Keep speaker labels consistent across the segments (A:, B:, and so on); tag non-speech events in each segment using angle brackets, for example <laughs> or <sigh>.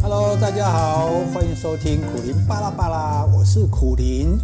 A: Hello，大家好，欢迎收听苦林巴拉巴拉，我是苦林。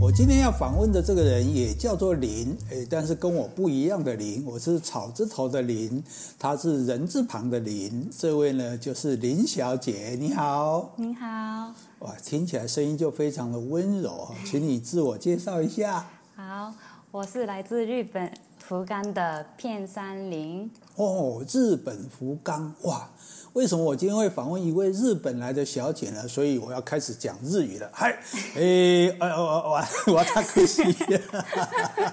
A: 我今天要访问的这个人也叫做林，诶，但是跟我不一样的林，我是草字头的林，他是人字旁的林。这位呢就是林小姐，你好。
B: 您好，
A: 哇，听起来声音就非常的温柔，请你自我介绍一下。
B: 好，我是来自日本福冈的片山林。
A: 哦，日本福冈哇！为什么我今天会访问一位日本来的小姐呢？所以我要开始讲日语了。嗨，诶，呃，我我我太可惜了。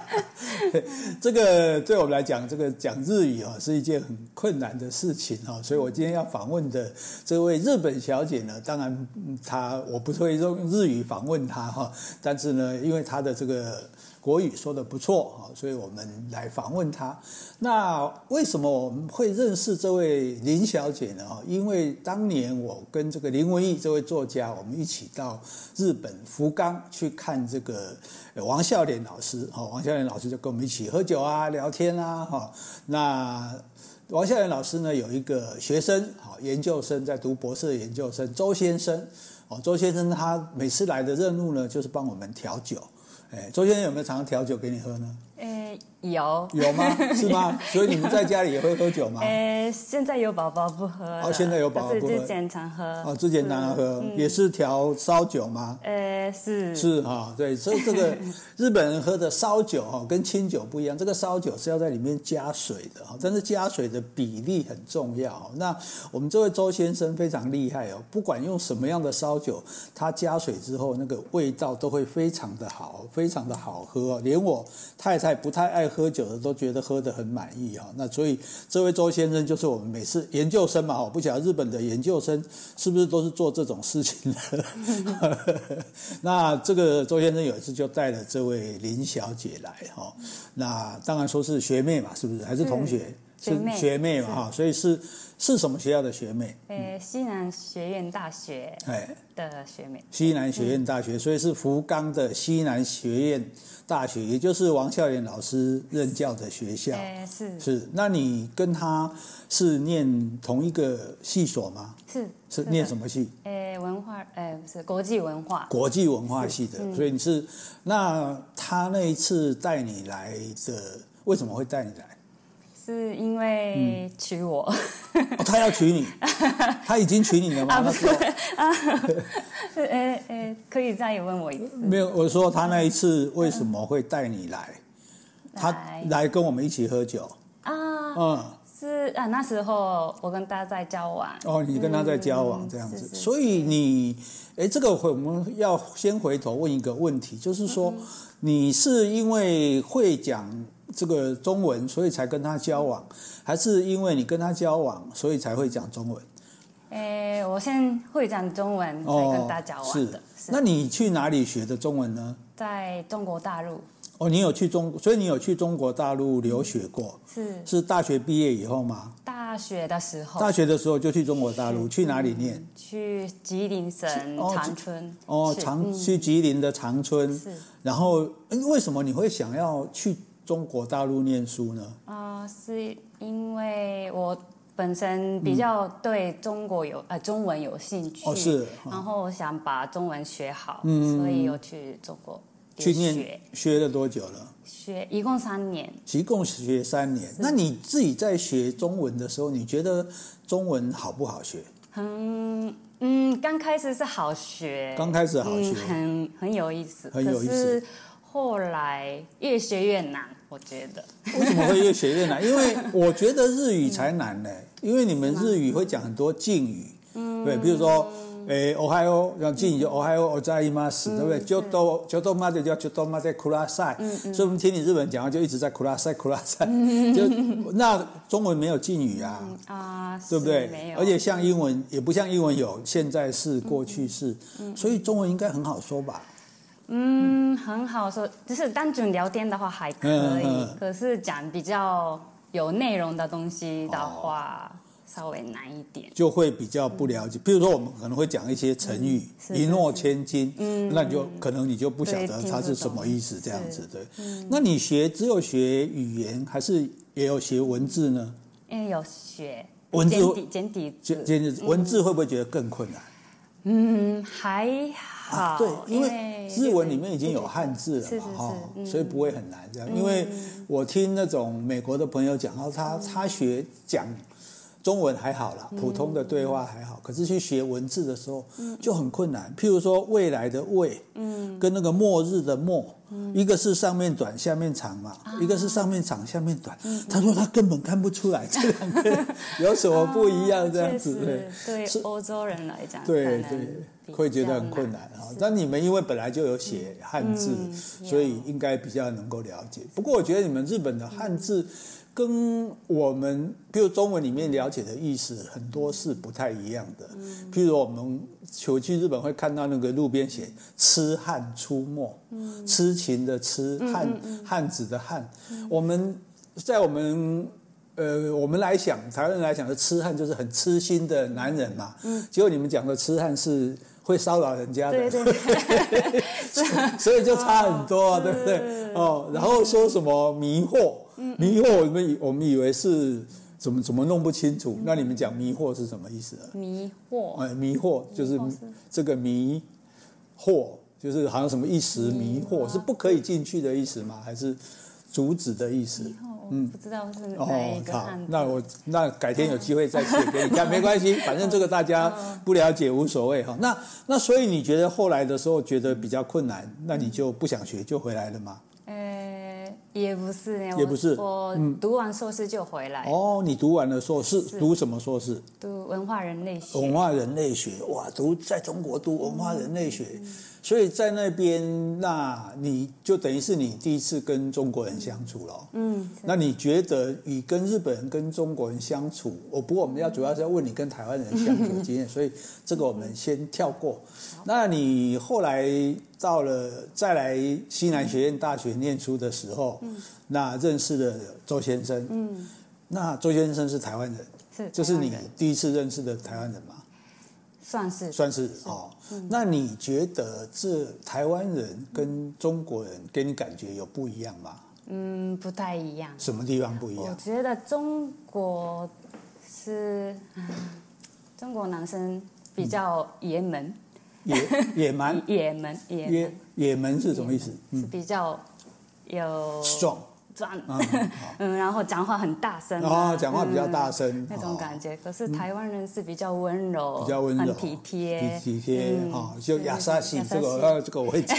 A: <laughs> 这个对我们来讲，这个讲日语啊、是一件很困难的事情哦。所以我今天要访问的这位日本小姐呢，当然嗯她我不会用日语访问她哈、但是呢，因为她的这个国语说的不错哈，所以我们来访问她。那为什么我们会认识这位林小姐呢？哈，因为当年我跟这个林文义这位作家，我们一起到日本福冈去看这个呃王孝廉老师，哈，王孝廉老师就跟我们一起喝酒啊、聊天啊，哈，那。王孝元老师呢有一个学生，好研究生在读博士的研究生周先生，哦，周先生他每次来的任务呢就是帮我们调酒，哎，周先生有没有常常调酒给你喝呢？
B: 诶，有，
A: 呃有吗？是吗？所以你们在家里也会喝酒吗？
B: 诶，呃现在有宝宝不喝了。
A: 哦现在有宝宝不喝
B: 可是之前常喝。
A: 哦，之前常常喝，也是调烧酒吗？
B: 诶，呃是。
A: 是哈、对，所以这个日本人喝的烧酒哈、跟清酒不一样，这个烧酒是要在里面加水的哈、但是加水的比例很重要、哦。那我们这位周先生非常厉害哦，不管用什么样的烧酒，他加水之后那个味道都会非常的好，非常的好喝、哦，连我太太不太爱喝酒的都觉得喝得很满意哈、那所以这位周先生就是我们每次研究生嘛，我不晓得日本的研究生是不是都是做这种事情的。 <laughs> 那这个周先生有一次就带了这位林小姐来哈、那当然说是学妹嘛，是不是？还是同学？
B: 是学妹
A: 学妹嘛哈，所以是是什么学校的学妹？
B: 诶，呃西南学院大学
A: 哎，
B: 的学妹。
A: 西南学院大学，所以是福冈的西南学院大学，也就是王孝廉老师任教的学校。
B: 诶，呃是
A: 是，那你跟他是念同一个系所吗？
B: 是
A: 是念什
B: 么？
A: 么系？
B: 诶，文化，诶，不是国际文化。
A: 国际文化系的，所以你是那他那一次带你来的，为什么会带你来？
B: 是因
A: 嗯
B: 为娶我， <laughs>
A: 哦、他要娶你，他已经娶你了吗？那时候
B: 诶诶，可以再问我一次。
A: 没有，我说他那一次为什么会带你来？他
B: 来
A: 来跟我们一起喝酒，
B: 啊，
A: 嗯，
B: 是啊，那时候我跟他在交往。
A: 哦，你跟他在交往这样子，
B: 嗯是是
A: 所以你，哎，这个回我们要先回头问一个问题，就是
B: 嗯
A: 说，你是因为会讲这个中文，所以才跟他交往，还是因为你跟他交往，所以才会讲中文？
B: 诶、我先会讲中文，才跟大家玩的，
A: 哦是。那你去哪里学的中文呢？
B: 在中国大陆，
A: 哦，你有去中，所以你有去中国大陆留学过，
B: 是
A: 是大学毕业以后吗？
B: 大学的时候
A: 大学的时候就去中国大陆，去哪里念？
B: 去吉林省
A: 哦
B: 长春，
A: 哦，
B: 是
A: 长
B: 嗯
A: 去吉林的长春。
B: 是
A: 然后，诶为什么你会想要去中国大陆念书呢？
B: 啊、呃是因为我本身比较对中国有、呃中文有兴趣，
A: 哦是哦
B: 然后我想把中文学好，
A: 嗯
B: 所以又去中国
A: 去
B: 学
A: 念学了多久了？
B: 学，一共三年，
A: 一共学三年。那你自己在学中文的时候，你觉得中文好不好学？
B: 很嗯，刚开始是好学，
A: 刚开始好学
B: 嗯、很很有意思，
A: 很有意思
B: 可是后来越学越难，我觉得
A: 为什么会越学越难？因为我觉得日语才难呢、因为你们日语会讲很多敬语，对，比如说。
B: 嗯
A: 诶，おはよう，然后敬语就おはようございます，对不
B: 嗯
A: 对？就都就都まで叫就都までください，所以我们听你日本讲话就一直在くださいくださ
B: <laughs>
A: い，就那中文没有敬语啊，
B: 啊，
A: 对
B: 是
A: 不
B: 没
A: 对？
B: 有，
A: 而且像英文也不像英文有现在式、过去式，所以中文应该很好说吧？
B: 嗯，很好说，只是单纯聊天的话还可以，
A: 嗯嗯嗯哦
B: 可是讲比较有内容的东西的话，稍微难一点。
A: 就会比较不了解。比如说，我们可能会讲一些成语“
B: 嗯是
A: 一
B: 是嗯
A: 诺千金”，那你就可能你就不晓得
B: 对
A: 它是
B: 听不懂嗯
A: 什么意思，这样子对。那你学只有学语言，还是也有学文字呢？
B: 因为有学
A: 文字
B: 简体简体
A: 就
B: 字，
A: 简直文字会不会觉得更困难？
B: 嗯，还好，
A: 啊对，因为
B: 啊为
A: 日文里面已经有汉字了
B: 是
A: 嘛
B: 是，是
A: 哈，
B: 嗯
A: 所以不会很难这样。因为我听那种美国的朋友讲，然后
B: 嗯
A: 他他学讲中文还好啦，普通的对话还好，可是去学文字的时候
B: 嗯
A: 就很困难。譬如说未来的未，嗯，跟那个末日的末，
B: 嗯
A: 一个是上面短下面长嘛，
B: 啊
A: 一个是上面长下面短。
B: 嗯
A: 他说他根本看不出来这两
B: <laughs>
A: 个有什么不一样，这样子
B: 啊确
A: 对
B: 实。对
A: 是
B: 欧洲人来讲，
A: 对
B: 可能
A: 对，
B: 比
A: 会觉得
B: 较
A: 很困难啊
B: 是。
A: 那你们因为本来就有写汉字，
B: 嗯
A: 所以应该比较能够了解。不过我觉得你们日本的汉字
B: 嗯
A: 跟我们，比如中文里面了解的意思，很多是不太一样的。
B: 嗯
A: 譬如我们求去日本会看到那个路边写“痴汉出没”，
B: 嗯
A: 痴情的痴，汉汉子的汉。
B: 嗯
A: 我们在我们呃，我们来想，台湾人来讲的痴汉就是很痴心的男人嘛。嗯。结果你们讲的痴汉是会骚扰人家的，
B: 对对对，
A: <laughs> 所以就差很多、啊，对不
B: 嗯
A: 对？哦，然后说什么迷惑，迷惑我们以我们以为是怎么怎么弄不清楚，
B: 嗯
A: 那你们讲迷惑是什么意思啊？
B: 迷
A: <laughs>
B: 惑，
A: 哎，迷惑就是
B: 惑是
A: 这个迷惑，就是好像什么一时迷
B: 嗯
A: 惑是不可以进去的意思吗？还是阻止的意思？
B: 以后我不知道是哪一个
A: 嗯哦好
B: 汉，字，
A: 那我那改天有机会再写给你看，没关
B: <laughs>
A: 系，反正这个大家
B: 嗯
A: 不了解无所谓哈。那那所以你觉得后来的时候觉得比较困难，那你就不想学就回来了吗？
B: 呃，也不是呢，我
A: 也不是嗯
B: 我读完硕士就回来，
A: 哦，你读完了硕士，
B: 是
A: 读什么硕士？
B: 读文化人类学，
A: 文化人类学，哇，读在中国读文化人类学，
B: 嗯
A: 所以在那边，那你就等于是你第一次跟中国人相处了。
B: 嗯，
A: 那你觉得你跟日本人、跟中国人相处，哦，不过我们要主要是要问你跟台湾人相处的经验，所以这个我们先跳过。那你后来到了再来西南学院大学念书的时候，那认识了周先生，嗯，那周先生是台湾人，
B: 是
A: 这是
B: 台湾
A: 你
B: 人
A: 第一次认识的台湾人吗？
B: 算是
A: 算是哦。那你觉得这台湾人跟中国人给你感觉有不一样吗？
B: 嗯不太一样，
A: 什么地方不一
B: 我
A: 样？
B: 觉得中国是 <sighs> 嗯中国男生比较爷们，
A: 野野蛮
B: 野们野
A: 野
B: 们
A: 野蛮是什么意思？嗯
B: 是比较有 <laughs>
A: 爽
B: 壮，
A: 啊，
B: 嗯，然后讲话很大声
A: 然
B: 啊，
A: 后哦讲话比较大声
B: 嗯，那种
A: 哦
B: 感觉。可是台湾人是比较温柔，
A: 比较温柔，
B: 很体贴，
A: 体体贴哦
B: 嗯
A: 哈，就亚萨系
B: 亚萨
A: 这
B: 系
A: 个，呃，这个我会讲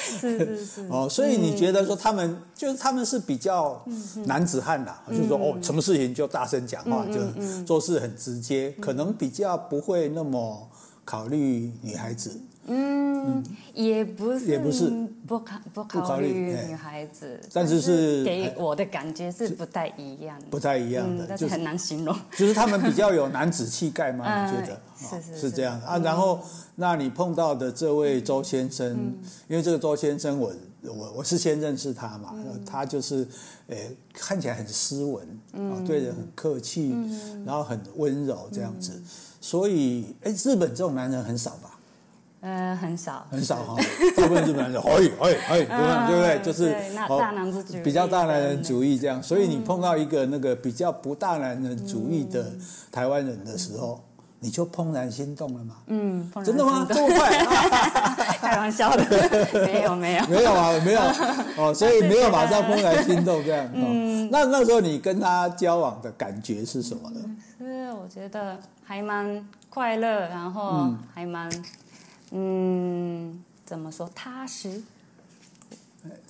B: 是是 <laughs> 是，嗯
A: 哦。所以你觉得说他们就是他们是比较男子汉啦，就是说哦，什么事情就大声讲话，
B: 嗯
A: 就做事很直接，可能比较不会那么考虑女孩子。
B: 嗯，也不是
A: 也不是
B: 不考不
A: 不考
B: 考
A: 虑
B: 虑
A: 哎
B: 女孩子，
A: 但是是
B: 给我的感觉是不太一样的，
A: 不太一样
B: 嗯
A: 的，，
B: 但
A: 就是是
B: 很难形容。
A: 就是他们比较有男子气概吗？你觉得？
B: <laughs> 嗯
A: 哦
B: 是是
A: 是
B: 是
A: 这样啊。然后，那你碰到的这位周先生，
B: 嗯
A: 因为这个周先生我，我我是先认识他嘛，
B: 嗯
A: 他就是，呃，看起来很斯文
B: 嗯
A: 啊，对人很客气，然后很温柔这样
B: 嗯
A: 子。所以，哎，日本这种男人很少吧？
B: 呃，很少，
A: 很少
B: <laughs>
A: 哈，大部分日本人就哎哎哎，对吧？对不对？
B: 嗯
A: 就是
B: 对那
A: 哦
B: 大男子主义
A: 比较大男人主义这样。所以你碰到一个那个比较不大男人主义的台湾人的时候，你就怦然心动了吗？
B: 嗯，怦然
A: 真的吗？
B: 心
A: 这么快？啊
B: 动 <laughs> 开玩笑的， <laughs> 没有没有，
A: 没有
B: <laughs>
A: 啊，没有哦，所以没有马上怦然心动这样。
B: 嗯
A: 哦，那那时候你跟他交往的感觉是什么呢？
B: 是我觉得还蛮快乐，然后还蛮嗯，怎么说踏实，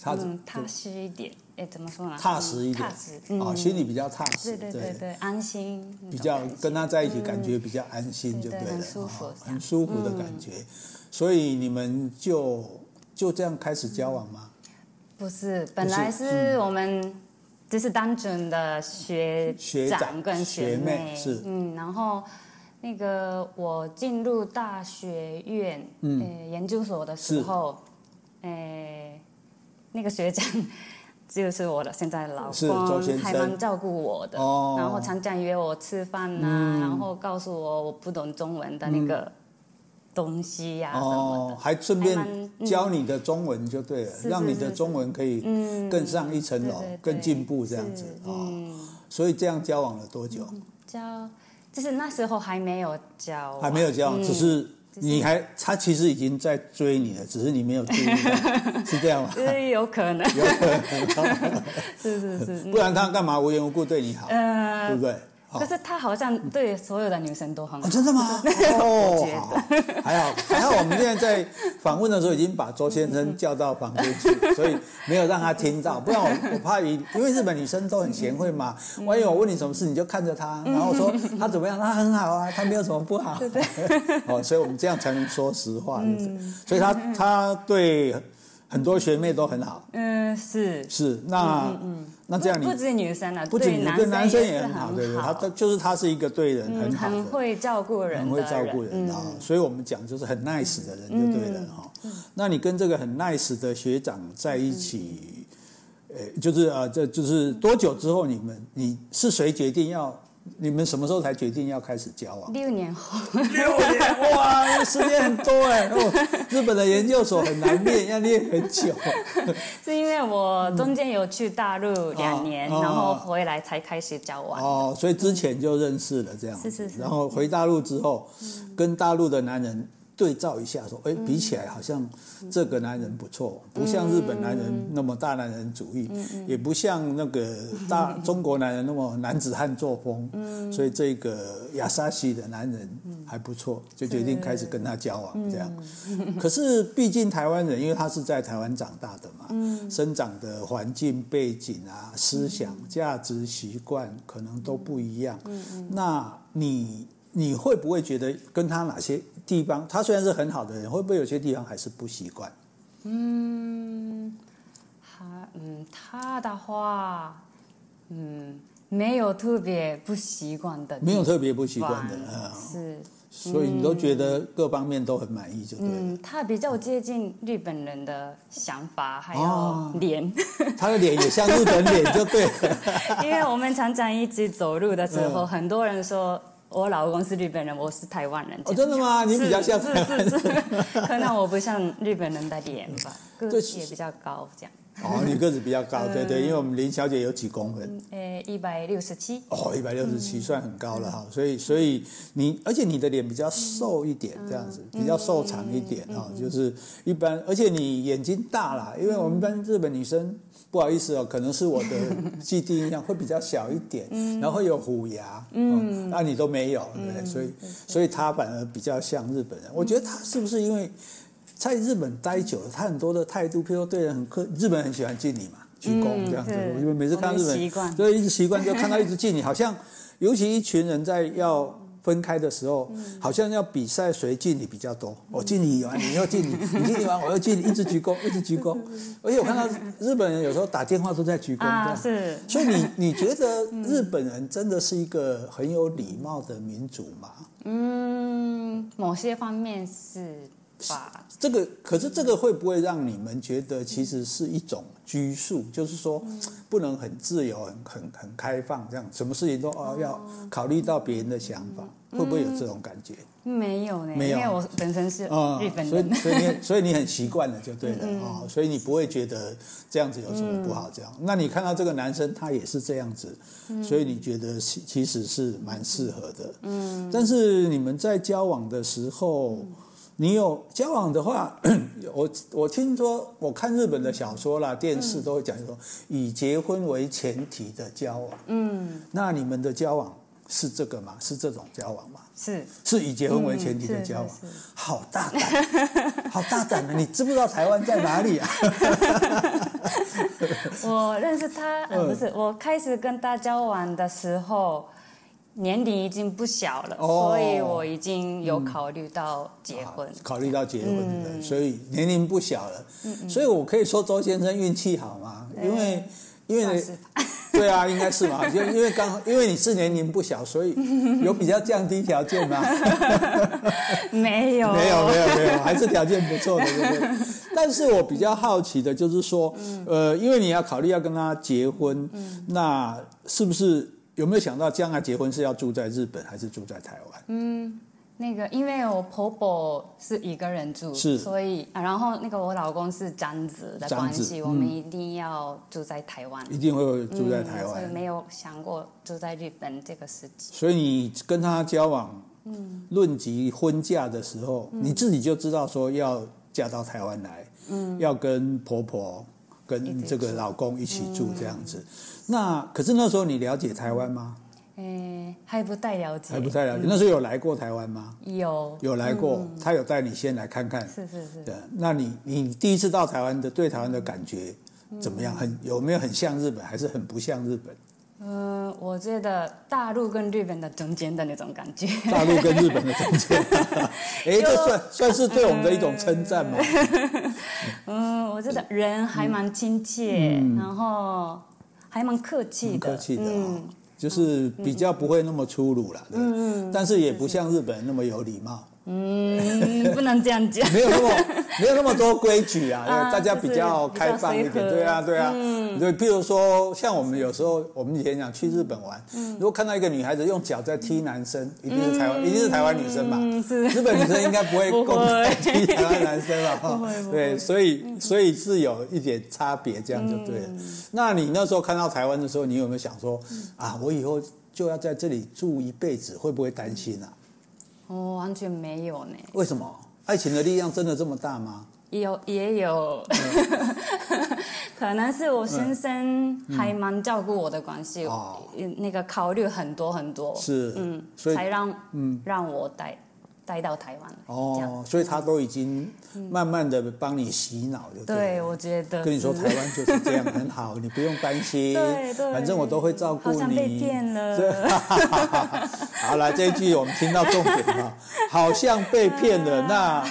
A: 他
B: 嗯，踏实一点，哎，怎么说呢？
A: 踏实一点
B: 踏实，嗯，
A: 哦，心里比较踏
B: 对
A: 实，
B: 对对对，安心，
A: 比较跟他在一起感觉比较安心，就
B: 对
A: 了，
B: 很舒服
A: 哦
B: 这样嗯
A: 很舒服的感觉。所以你们就就这样开始交往吗？
B: 不是，本来是
A: 嗯
B: 我们就是单纯的学
A: 学长
B: 长跟
A: 学妹
B: 妹，
A: 是
B: 嗯，然后那个我进入大学院，呃嗯、研究所的时候，呃，那个学长就是我的现在的老
A: 是周先
B: 公
A: 生
B: 还蛮照顾我的，
A: 哦嗯
B: 然后常常约我吃饭呐、啊然后告诉我我不懂中文的那个东西啊呀、什么
A: 哦
B: 的，，
A: 还顺
B: 还
A: 便
B: 蛮嗯
A: 教你的中文就对了，
B: 是
A: 让你
B: 是
A: 的
B: 是
A: 中文可以更上一层
B: 对
A: 楼，
B: 对对
A: 更进步这样子
B: 是
A: 啊、哦。
B: 嗯，
A: 所以这样交往了多久？
B: 教就是那时候还没有教啊，
A: 还没有交往，只是你还他其实已经在追你了，只是你没有注意
B: <laughs>
A: 到，是这样吗？
B: 就是有可能，
A: 有可能，
B: <laughs> 是是是，
A: 不然他干嘛无缘无故对你好，
B: 嗯
A: 对不对？哦好
B: 可是他好像对所有的女生都很好
A: 哦，，真的吗？哦，好还好还好，我们现在在访问的时候已经把周先生叫到旁边去，所以没有让他听到，不然我我怕你，因为日本女生都很贤惠嘛，万一我问你什么事，你就看着她，然后说她怎么样，她很好啊，她没有什么不好， <laughs> 哦，所以我们这样才能说实话，对不对所以她她对很多学妹都很好，
B: 嗯，是，
A: 是那那这样你
B: 不不止女生啊，
A: 不仅
B: 男
A: 对男生也
B: 也是
A: 很好，对对，
B: 好
A: 他他就是他是一个对人很
B: 嗯，
A: 好的
B: 很。会照顾人
A: 很
B: 的
A: 会照顾
B: 嗯
A: 人啊、嗯所以我们讲就是很 nice 的人就对了哈、那你跟这个很 nice 的学长在一起，呃、就是啊、呃这就是多久之后你们你是谁决定要？你们什么时候才决定要开始交往？
B: 六年后， <laughs>
A: 六年哇，时间很多哎、哦，日本的研究所很难念，要念很久。
B: 是因为我中间有去大陆两年，
A: 哦
B: 然后回来才开始交往。
A: 哦，所以之前就认识了这样子，
B: 是是是嗯
A: 然后回大陆之后，跟大陆的男人对照一下，说，哎，比起来好像这个男人不错，
B: 嗯
A: 不像日本男人那么大男人主义，也不像那个大中国男人那么男子汉作风，
B: 嗯
A: 所以这个亚沙西的男人还不错，就决定开始跟他交
B: 嗯
A: 往这样。可是毕竟台湾人，因为他是在台湾长大的嘛，生长的环境背景啊、思想、价值、习惯可能都不一样。那你你会不会觉得跟他哪些地方，他虽然是很好的人，会不会有些地方还是不习惯？哦
B: 他嗯，他的话，嗯，没有特别不习惯的地方，
A: 没有特别不习惯的，嗯，
B: 是
A: 所以你都觉得各方面都很满意，就对了。
B: 嗯，他比较接近日本人的想法，还
A: 哦 <laughs>
B: 有脸。
A: 他的脸也像日本脸，就对了。
B: 因为我们常常一起走路的时候，
A: 嗯
B: 很多人说我老公是日本人，我是台湾人。
A: 哦，真的吗？你比较像
B: 是是
A: <laughs>
B: 是是，可能我不像日本人的脸吧，个
A: 对
B: 子也比较高，这样，
A: 哦，你个子比较高，对对，因为我们林小姐有几公分。
B: 呃，一百六十七，
A: 哦，一百六十
B: 嗯
A: 七算很高了哈，所以所以你，而且你的脸比较瘦一点，
B: 嗯
A: 这样子比较瘦长一点啊，就是一般，而且你眼睛大啦，因为我们
B: 嗯
A: 班日本女生不好意思哦，可能是我
B: <laughs>
A: 的既定印象会比较小一点，
B: 嗯
A: 然后有虎牙，嗯，那你都没有，对不对，所以
B: 嗯
A: 所以她反而比较像日本人，我觉得她是不是因为在日本待久了，她很多的态度，譬如说对人很客，日本人很喜欢敬你嘛，鞠躬这样子，
B: 是
A: 我们每次看到日本
B: 嗯我们习惯
A: 所以一直习惯就看到一直敬你，好像尤其一群人在要分开的时候，
B: 嗯
A: 好像要比赛谁敬你比较多。我敬你完，你又敬你， <laughs> 你敬你完，我又敬你，一直鞠躬， <laughs> 一直鞠
B: <laughs>
A: 躬。而且我看到日本人有时候打电话都在鞠躬，这
B: 啊，
A: 样
B: 是嗯
A: 所以你
B: <laughs>
A: 你觉得日本人真的是一个很有礼貌的民族吗？
B: 嗯，某些方面是吧？
A: 这个可是这个会不会让你们觉得其实是一种拘束？就是说，不能很自由、很很很开放，这样什么事情都哦要考虑到别人的想法，会不会有这种感觉？
B: 没有呢，
A: 没有
B: 因为我本身是
A: 啊、
B: 日本
A: 所以
B: 人，嗯
A: 所以你所以你很习惯了就对了啊、所以你不会觉得这样子有什么不好。这样，那你看到这个男生他也是这样子，
B: 嗯
A: 所以你觉得其其实是蛮适合的。嗯，但是你们在交往的时候，
B: 嗯
A: 你有交往的话，我我听说我看日本的小说啦、电
B: 嗯
A: 视都会讲说以结婚为前提的交往。嗯，那你们的交往是这个吗？是这种交往吗？
B: 是
A: 是以结婚为前提的交往，
B: 嗯是是
A: 好大胆， <laughs> 好大胆啊！你知不知道台湾在哪里啊？
B: <laughs> 我认识他，呃，
A: 嗯
B: 不是，我开始跟他交往的时候。年龄已经不小了，
A: 哦
B: 所以我已经有考虑到结婚。嗯
A: 考虑到结婚的人，所以年龄不小了，所以我可以说周先生运气好吗？因为因
B: 算
A: 为
B: 是吧 <laughs>
A: <laughs> 对啊，应该是嘛，就因为刚好因为你是年龄不小，所以有比较降低条件吗？
B: 没有，
A: 哦 <laughs> 没有没有没有，还是条件不错的，对不对？但是我比较好奇的就是说，呃，因为你要考虑要跟他结婚，那是不是有没有想到将来结婚是要住在日本还是住在台湾？
B: 那个，因为我婆婆是一个人住，
A: 是
B: 所以、啊然后那个我老公是长子的关
A: 长子
B: 系，我们一定要住在台湾，
A: 一定会住在台
B: 所以
A: 湾。
B: 没有想过住在日本这个事情。
A: 所以你跟他交往，论及婚嫁的时候，你自己就知道说要嫁到台湾来，要跟婆婆、跟这个老嗯公一起嗯住这样子。那可是那时候你了解台湾吗？
B: 诶，还不太了解，
A: 还不太了解。那时候有来过台湾吗？
B: 有，
A: 有来过，他有带你先来看看。
B: 是是是，
A: 嗯对，那你你第一次到台湾的对台湾的感觉怎么样？很有没有很像日本，还是很不像日 <laughs> 本？
B: 嗯、我觉得大陆跟日本的中间的那种感觉， <laughs>
A: 大陆跟日本的中 <laughs> 间，哎，这
B: 就
A: 算算是对我们的一种称赞嘛？
B: 嗯，我觉得人还蛮亲切，然后还蛮客
A: 很
B: 气
A: 嗯
B: 的，
A: 客气的、哦
B: 嗯，
A: 就是比较不会那么粗鲁啦，对不对但嗯是也不像日本人那么有礼貌，
B: 嗯，不能这样讲。
A: 没有
B: <laughs>
A: 那么没有那么多规矩啊，
B: 啊
A: 大家比较
B: 就是比较
A: 开放一点，
B: 随和嗯
A: 对啊，对啊，对，譬如说像我们有时候我们以前讲去日本玩，
B: 嗯
A: 如果看到一个女孩子用脚在踢男生，一定是台湾，一定是台湾女生嘛，
B: 嗯，是
A: 日本女生应该不会
B: <laughs> 不会
A: 公开 <laughs> 踢台湾男生吧？哈
B: <laughs> 不会嗯不会
A: <laughs> 对，所以所以是有一点差别，这样就对了。
B: 嗯
A: 那你那时候看到台湾的时候，你有没有想说啊，我以后就要在这里住一辈子，会不会担心啊？
B: 我哦完全没有呢，
A: 为什么？爱情的力量真的这么大吗？
B: 有也有，
A: 嗯
B: <laughs> 可能是我先生还蛮照顾我的关系，
A: 哦
B: 那个考虑很多很多，
A: 是
B: 嗯，
A: 所以
B: 才让嗯让我带带到台湾来，这样
A: 哦，所以他都已经慢慢的帮你洗脑，就对
B: 对，
A: 了。
B: 我觉得
A: 跟你说，
B: 是
A: 台湾就是这样，很好，你不用担心。
B: <laughs> 对对
A: 反正我都会照顾
B: 好
A: 你。
B: 像被骗了
A: 这 <laughs> 好了，这一句我们听到重点了，好像被骗了。那，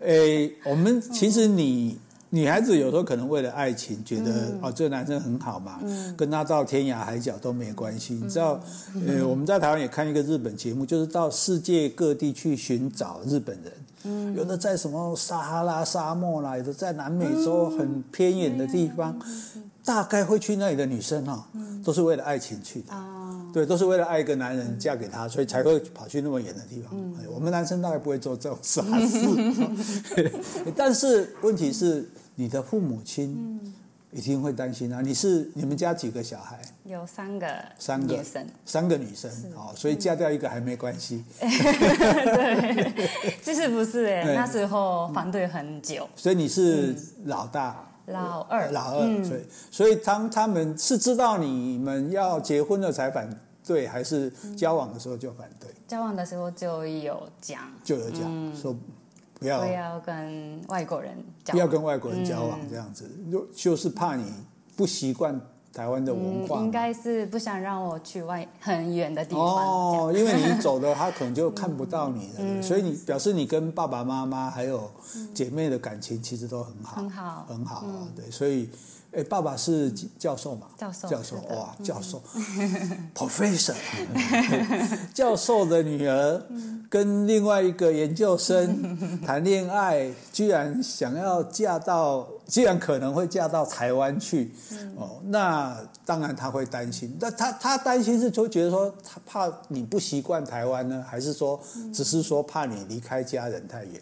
A: 诶、我们其实你女孩子有时候可能为了爱情，觉得、哦，这个男生很好嘛，跟他到天涯海角都没关系。你知道，呃，我们在台湾也看一个日本节目，就是到世界各地去寻找日本人。有的在什么撒哈拉沙漠啦，有的在南美洲很偏远的地方，大概会去那里的女生哦，都是为了爱情去的。
B: 啊，
A: 对，都是为了爱一个男人嫁给他，所以才会跑去那么远的地方。哎我们男生大概不会做这种傻事， <laughs> 但是问题是，你的父母亲一定会担心啊。你是你们家几个小孩？
B: 有三个
A: 三个
B: 女生，
A: 三个女生哦，所以嫁掉一个还没关系。
B: 其实不是哎、
A: 对
B: 那时候反对很久，
A: 所以你是老大，
B: 老二，嗯
A: 老二，所以所以当他们是知道你们要结婚了才反对，还是交往的时候就反对，
B: 交往的时候就有讲，
A: 就有讲说不要
B: 不要跟外国人交
A: 不要
B: 往，
A: 跟外国人交
B: 嗯
A: 往这样子，就就是怕你不习惯台湾的文化嘛。
B: 嗯应该是不想让我去外很远的地方。
A: 哦，因为你走了，他可能就看不到你了，
B: 嗯
A: 所以你表示你跟爸爸妈妈还有姐妹的感情其实都很好，
B: 很好嗯
A: 很好哦，对，所以，哎，爸爸是教授嘛，
B: 教授
A: 教授
B: 是的嗯
A: 哇，教
B: <laughs>
A: 授，professor，教授的女儿
B: 嗯
A: 跟另外一个研究生谈恋爱，居然想要嫁到，居然可能会嫁到台湾去，
B: 嗯
A: 哦，那当然他会担心。那他他担心是就觉得说他怕你不习惯台湾呢，还是说只是说怕你离开家人太远？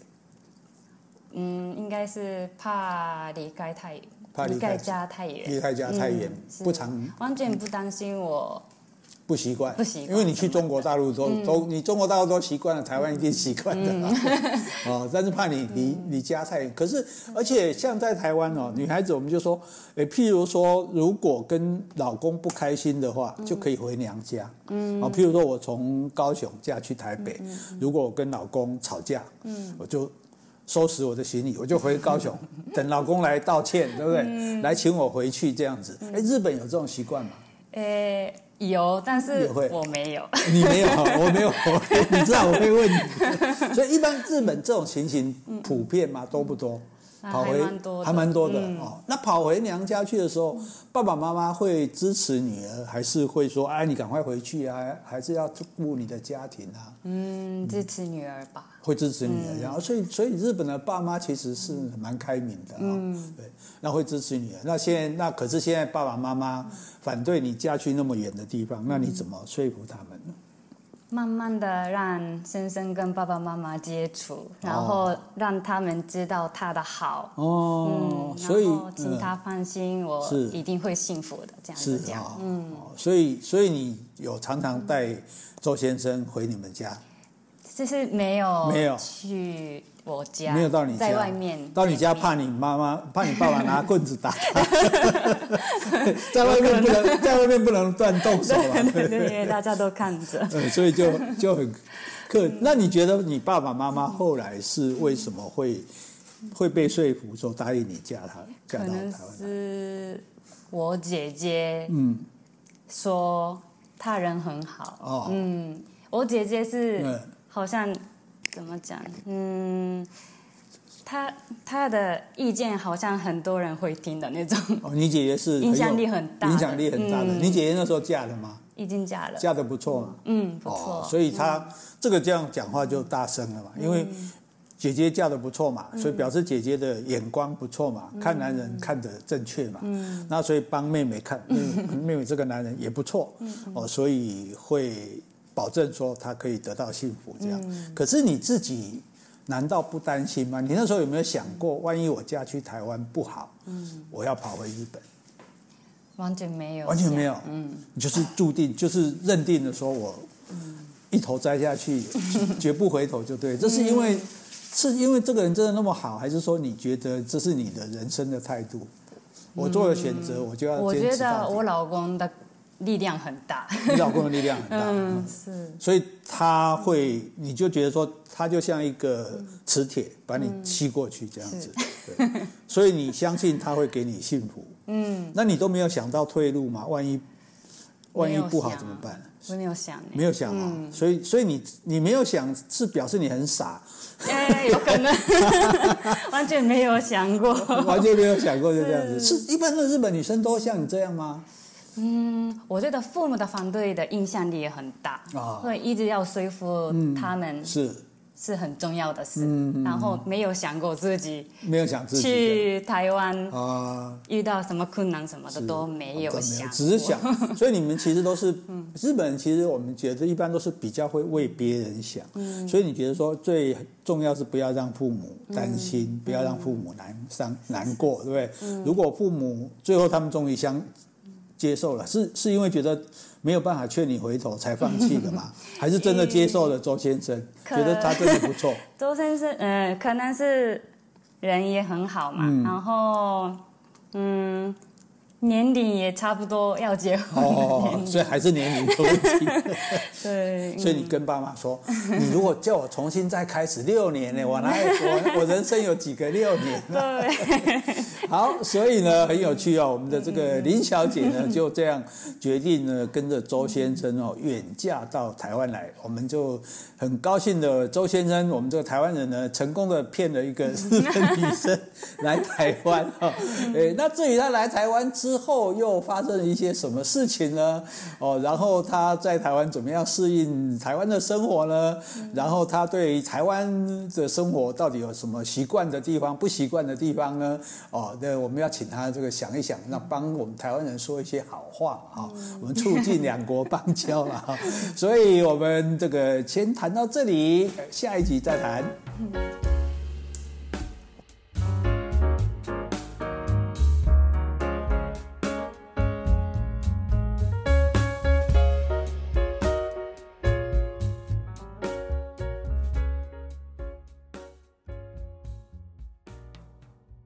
B: 嗯，应该是怕离开太
A: 怕离
B: 离
A: 开
B: 开家太
A: 离
B: 远，
A: 开家太远，
B: 嗯是
A: 不常
B: 完全不担心我。
A: 不习惯，
B: 不习惯嗯
A: 因为你去中国大陆都、都，你中国大陆都习惯了，台湾一定习惯的啦、 <laughs> 哦，但是怕
B: 嗯
A: 你离离家太远。可是，而且像在台湾哦，女孩子我们就说，诶，譬如说，如果跟老公不开心的话，
B: 嗯
A: 就可以回娘家。嗯，哦，譬如说我从高雄嫁去台北，
B: 嗯
A: 如果我跟老公吵架，嗯，我就收拾我的行李，我就
B: <laughs>
A: 回高雄，等老公来道歉，对不对？
B: 嗯
A: 来请我回去这样子。诶，日本有这种习惯吗？
B: 诶、有，但
A: 也
B: 是
A: 会
B: 我没有。
A: 你没有，我 <laughs> 没有，你知道我会问你。所以一般日本这种情形普遍吗？多不多？
B: 啊
A: 跑回
B: 嗯还蛮多的嗯
A: 还蛮多的哦。那跑回娘家去的时候，爸爸妈妈会支持女儿，还是会说：“哎，你赶快回去啊，还是要照顾你的家庭啊
B: 嗯，支持女儿吧。？”
A: 会支持你的。然后，所以所以日本的爸妈其实是蛮开明的啊、
B: 嗯
A: 对，那会支持你的。那现在那可是现在爸爸妈妈反对你嫁去那么远的地方，那
B: 嗯
A: 你怎么说服他们呢？
B: 慢慢的让先生跟爸爸妈妈接触，然后让他们知道他的好，
A: 哦，
B: 嗯，
A: 所以
B: 然后请
A: 嗯
B: 他放心，我
A: 是
B: 一定会幸福的，这样
A: 是
B: 子讲。
A: 啊，嗯，所以所以你有常常带周先生回你们家，
B: 就是没有
A: 没有
B: 去我家，
A: 没有到你家，
B: 在外面
A: 到你家
B: 见面
A: 怕你妈妈怕你爸爸拿棍子打他，
B: <laughs>
A: 在外面不能在外面不能乱动手啊，
B: <laughs> 对对，因为大家都看
A: <laughs>
B: 着。
A: 呃，所以就就很客。那你觉得你爸爸妈妈后来是为什么会会被说服说答应你嫁他嫁
B: 可
A: 到
B: 能
A: 台湾来？
B: 是我姐姐
A: 嗯，
B: 说他人很好，
A: 哦
B: 嗯，我姐姐是
A: 嗯
B: 好像怎么讲，嗯，她她的意见好像很多人会听的那种，
A: 哦，你姐姐是很有
B: 影响力很大的
A: 影响力很大的。
B: 嗯
A: 你姐姐那时候嫁了吗？
B: 已经嫁了，
A: 嫁的不错嘛。
B: 嗯，不错，
A: 哦，所以他、这个这样讲话就大声了嘛，因为姐姐嫁的不错嘛，所以表示姐姐的眼光不错嘛，看男人看得正确嘛，嗯，那所以帮妹妹看，嗯，妹妹这个男人也不错，哦，所以会保证说她可以得到幸福这样。可是你自己难道不担心吗？你那时候有没有想过，万一我嫁去台湾不好，嗯，我要跑回日本？
B: 完全没有，
A: 完全没有，嗯，你就是注定，就是认定的说我
B: 嗯
A: 一头栽下
B: <laughs>
A: 去，绝不回头，就对。这是因为是因为这个人真的那么好，还是说你觉得这是你的人生的态度？我做了选择，我就要
B: 嗯我
A: 坚
B: 觉
A: 持
B: 得
A: 到底。
B: 我老公的力量很大，
A: 你老公的力量很大，
B: <laughs> 嗯，是。
A: 所以他会，你就觉得说，他就像一个磁铁，把你吸过去这样子。对，所以你相信他会给你幸福。嗯，那你都没有想到退路吗？万一万一不好怎么办？
B: 我没有想呢，
A: 没有想啊、所以所以你你没有想是表示你很傻，
B: 哎，有可能， <laughs> 完全没有想过。
A: 完全没有想过就这样子。是一般的日本女生都像你这样吗？
B: 嗯，我觉得父母的反对的影响力也很大，
A: 啊嗯
B: 所以一直要说服他们
A: 是
B: 是很重要的事。
A: 嗯
B: 然后没有想过自己
A: 没有想自己
B: 去台湾
A: 的啊，
B: 遇到什么困难什么的都没有
A: 真的
B: 想过，嗯
A: 只是想。所以你们其实都是日本人，其实我们觉得一般都是比较会为别人想。
B: 嗯
A: 所以你觉得说最重要是不要让父母
B: 嗯
A: 担心，不要让父母难伤难过，对不对？
B: 嗯
A: 如果父母最后他们终于相接受了，是是因为觉得没有办法劝你回头才放弃的
B: <laughs>
A: 吗？还是真的接受了周先生，觉
B: 可
A: 得他真的不
B: <laughs>
A: 错？
B: 周先生，嗯，可能是人也很好嘛，然后嗯，年龄也差不多要结婚，
A: 哦，所以还是年龄的问题。
B: 对，
A: 所以你跟爸妈说，你如果叫我重新再开始六年呢，我哪有我我人生有几个六年？ <laughs>
B: 对，
A: 好，所以呢很有趣哦，我们的这个林小姐呢就这样决定呢跟着周先生哦远嫁到台湾来，我们就很高兴的周先生，我们这个台湾人呢成功的骗了一个日本女生来台湾哦，诶，那至于他来台湾之后又发生了一些什么事情呢？哦，然后他在台湾怎么样适应台湾的生活呢？然后他对于台湾的生活到底有什么习惯的地方、不习惯的地方呢？哦，那我们要请他这个想一想，那帮我们台湾人说一些好话嘛，哈、我们促进两国邦交嘛，哈、所以我们这个先谈到这里，下一集再谈。